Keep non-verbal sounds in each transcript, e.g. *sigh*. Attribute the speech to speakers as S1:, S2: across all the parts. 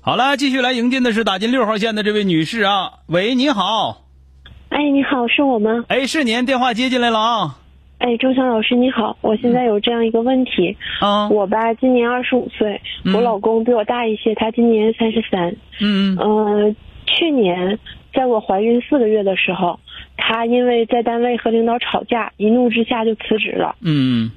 S1: 好了，继续来迎接的是打进六号线的这位女士啊，喂，你好，
S2: 哎，你好，是我吗？
S1: 哎，是您，电话接进来了啊，
S2: 哎，周翔老师你好，我现
S1: 嗯
S2: 在有这样一个问题，
S1: 啊，
S2: 我吧今年二十五岁，
S1: 嗯
S2: 我老公比我大一些，他今年三十三。
S1: 嗯嗯
S2: 呃，去年在我怀孕四个月的时候，他因为在单位和领导吵架，一怒之下就辞职了。
S1: 嗯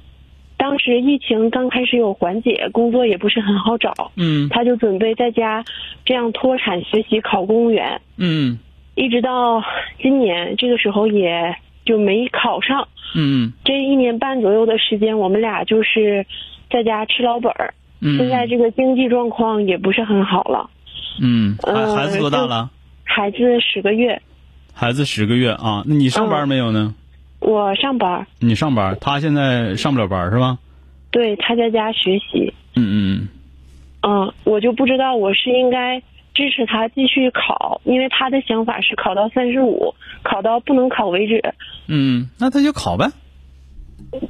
S2: 当时疫情刚开始有缓解，工作也不是很好找，
S1: 嗯
S2: 他就准备在家这样脱产学习考公务员，
S1: 嗯
S2: 一直到今年这个时候也就没考上。
S1: 嗯
S2: 这一年半左右的时间，我们俩就是在家吃老本儿。
S1: 嗯，
S2: 现在这个经济状况也不是很好了，
S1: 嗯，孩
S2: 呃
S1: 孩子多大
S2: 就
S1: 了？
S2: 孩子十个月，
S1: 孩子十个月啊，那你上班没有呢？
S2: 我上班儿，
S1: 你上班，他现在上不了班是吧？
S2: 对他在家学习。
S1: 嗯嗯
S2: 嗯，我就不知道我是应该支持他继续考，因为他的想法是考到三十五，考到不能考为止。
S1: 嗯，那他就考呗。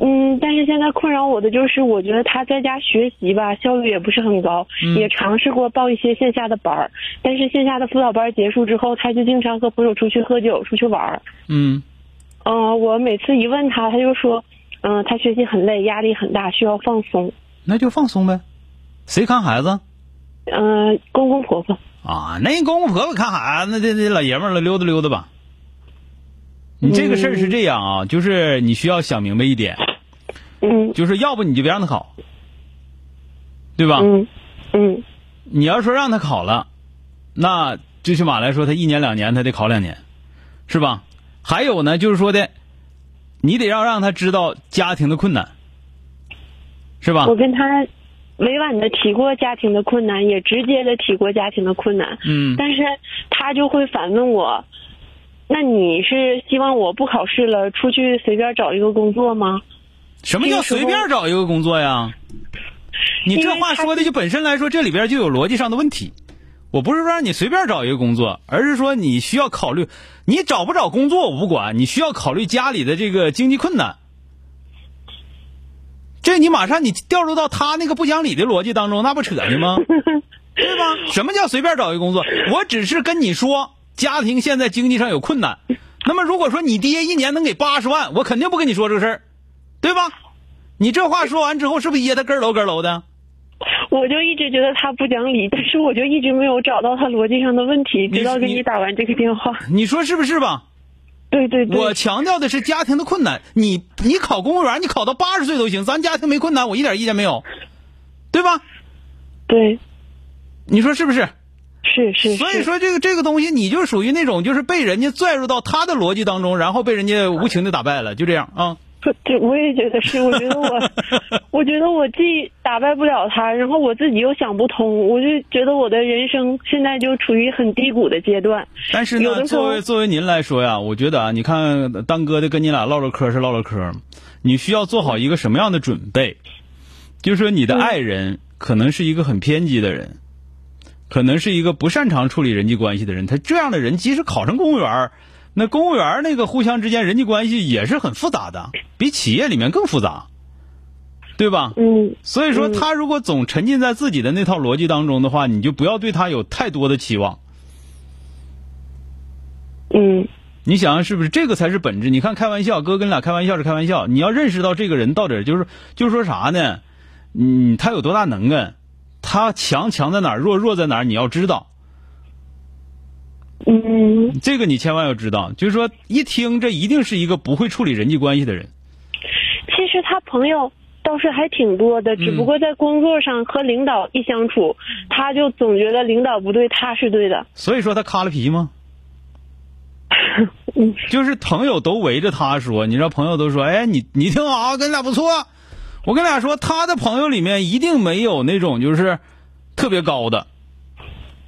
S2: 嗯，但是现在困扰我的就是，我觉得他在家学习吧，效率也不是很高，
S1: 嗯
S2: 也尝试过报一些线下的班儿，但是线下的辅导班儿结束之后，他就经常和朋友出去喝酒、出去玩儿。
S1: 嗯
S2: 嗯、我每次一问他，他就说，嗯、他学习很累，压力很大，需要放松。
S1: 那就放松呗。谁看孩子
S2: 嗯、公公婆婆，
S1: 啊？那公公婆婆看孩啊子，那这这老爷们儿了溜达溜达吧。你这个事儿是这样啊，就是你需要想明白一点，
S2: 嗯
S1: 就是要不你就别让他考，对吧？
S2: 嗯嗯
S1: 你要说让他考了，那最起码来说，他一年两年他得考两年，是吧？还有呢，就是说的，你得要让他知道家庭的困难，是吧
S2: 我？跟他委婉的提过家庭的困难，也直接的提过家庭的困难。
S1: 嗯
S2: 但是他就会反问我：“那你是希望我不考试了，出去随便找一个工作吗
S1: 什么叫随便找一个工作呀？你这话说的就本身来说，这里边就有逻辑上的问题。我不是说让你随便找一个工作，而是说你需要考虑，你找不找工作我不管，你需要考虑家里的这个经济困难。这你马上你掉入到他那个不讲理的逻辑当中，那不扯呢吗？对吧？什么叫随便找一个工作？我只是跟你说，家庭现在经济上有困难。那么如果说你爹一年能给八十万，我肯定不跟你说这个事儿，对吧？你这话说完之后，是不是掖他咯楼咯楼的？？”
S2: 我就一直觉得他不讲理，但是我就一直没有找到他逻辑上的问题，
S1: 你
S2: 直到跟
S1: 你
S2: 你打完这个电话。
S1: 你说是不是吧？
S2: 对对对，
S1: 我强调的是家庭的困难。你你考公务员，你考到八十岁都行，咱家庭没困难，我一点意见没有，对吧？
S2: 对，
S1: 你说是不是？
S2: 是是
S1: 所以
S2: 是，
S1: 说这个这个东西，你就属于那种就是被人家拽入到他的逻辑当中，然后被人家无情的打败了，就这样啊。
S2: 这我也觉得
S1: *laughs*
S2: 是，我觉得我，我觉得我既打败不了他，然后我自己又想不通，我就觉得我的人生现在就处于很低谷的阶段。
S1: 但是
S2: 有
S1: 呢，
S2: 的时候
S1: 作为作为您来说呀，我觉得啊，你看当哥的跟你俩唠唠嗑是唠唠嗑，你需要做好一个什么样的准备？就是说你的爱人可能是一个很偏激的人，可能是一个不擅长处理人际关系的人。他这样的人，即使考上公务员儿，那公务员儿那个互相之间人际关系也是很复杂的，比企业里面更复杂，对吧？
S2: 嗯
S1: 所以说，
S2: 嗯
S1: 他如果总沉浸在自己的那套逻辑当中的话，你就不要对他有太多的期望。
S2: 嗯
S1: 你想想是不是这个才是本质？你看开玩笑，哥跟你俩开玩笑是开玩笑，你要认识到这个人到底就是就是说啥呢？嗯，他有多大能耐，他强强在哪儿，弱弱在哪儿，你要知道
S2: 嗯，
S1: 这个，你千万要知道。就是说，一听这一定是一个不会处理人际关系的人。
S2: 其实他朋友倒是还挺多
S1: 嗯
S2: 的，只不过在工作上和领导一相处，他就总觉得领导不对，他是对的。
S1: 所以说他卡了皮吗？啊就是朋友都围着他说，你知道朋友都说，哎，你你挺好，跟你俩不错，我跟俩说，他的朋友里面一定没有那种就是特别高的，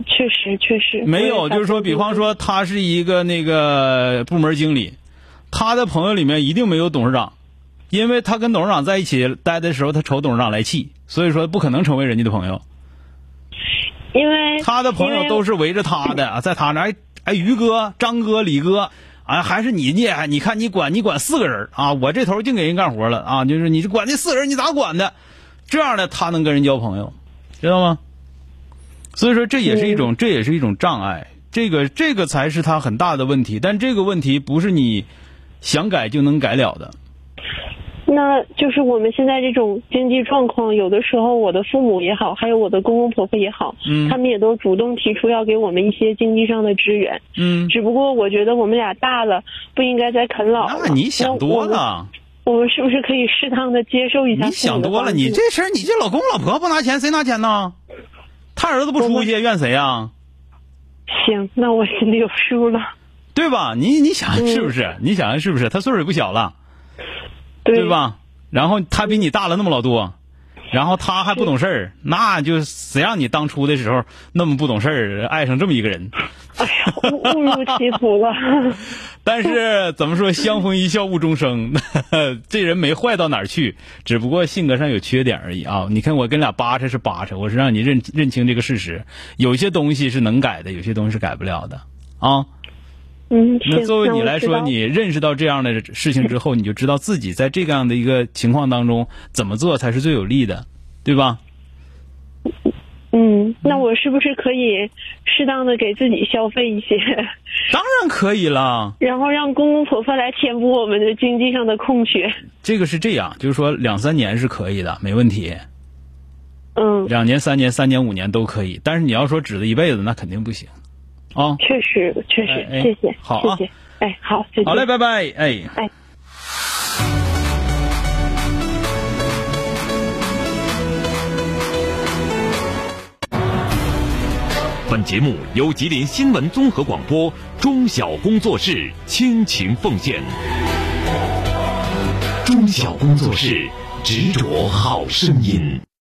S2: 确实确实
S1: 没有，就是说，比方，说他是一个那个部门经理，他的朋友里面一定没有董事长，因为他跟董事长在一起待的时候，他瞅董事长来气，所以说不可能成为人家的朋友。
S2: 因 *laughs* 为
S1: 他的朋友都
S2: 是
S1: 是围着他的，在他那儿，哎哎，于哥、张哥、李哥，啊，还是你厉害！你看你管你管四个人啊，我这头净给人干活了啊，就是你管这四个人，你咋管的？这样的他能跟人交朋友，知道吗？所以说这也是一种，这也是一种障碍，这个这个才是他很大的问题，但这个问题不是你想改就能改了的。
S2: 那就是我们现在这种经济状况，有的时候我的父母也好，还有我的公公婆婆也好，
S1: 嗯
S2: 他们也都主动提出要给我们一些经济上的支援。
S1: 嗯，
S2: 只不过我觉得我们俩大了，不应该再啃老了。
S1: 那你想多
S2: 那
S1: 了。
S2: 我们。我们是不是可以适当的接受一下？
S1: 你想多了，你。这事儿，你这老公老婆不拿钱，谁拿钱呢？他儿子不出去，怨谁啊？
S2: 行，那我心里有数了。
S1: 对吧？你你想是不是？你想是不是？他岁数也不小了，
S2: 对
S1: 对？吧？然后他比你大了那么老多，然后他还不懂事儿，那就谁让你当初的时候那么不懂事儿，爱上这么一个人？
S2: 哎呀，误误入歧途了。 *laughs*
S1: 但是怎么说，相逢一笑误终生， *laughs* 这人没坏到哪儿去，只不过性格上有缺点而已啊。你看我跟俩扒扯是扒扯，我是让你认认清这个事实，有些东西是能改的，有些东西是改不了的啊。
S2: 嗯，行
S1: 那作为你来
S2: 那我
S1: 说，
S2: 知道
S1: 你认识到这样的事情之后，你就知道自己在这样的一个情况当中怎么做才是最有利的，对吧？
S2: 嗯，那我是不是可以适当的给自己消费一些， *laughs*
S1: 当然可以了。
S2: 然后让公公婆婆来填补我们的经济上的空缺？
S1: 这个是这样，就是说两三年是可以的，没问题。
S2: 嗯，
S1: 两年、三年、三年、五年都可以，但是你要说指着一辈子，那肯定不行。啊、
S2: 确实确实
S1: 哎，哎
S2: 谢谢，
S1: 好啊
S2: 谢谢，哎，好，再见。
S1: 好嘞，拜拜，哎。
S2: 哎
S3: 本节目由吉林新闻综合广播中小工作室倾情奉献。中小工作室执着好声音。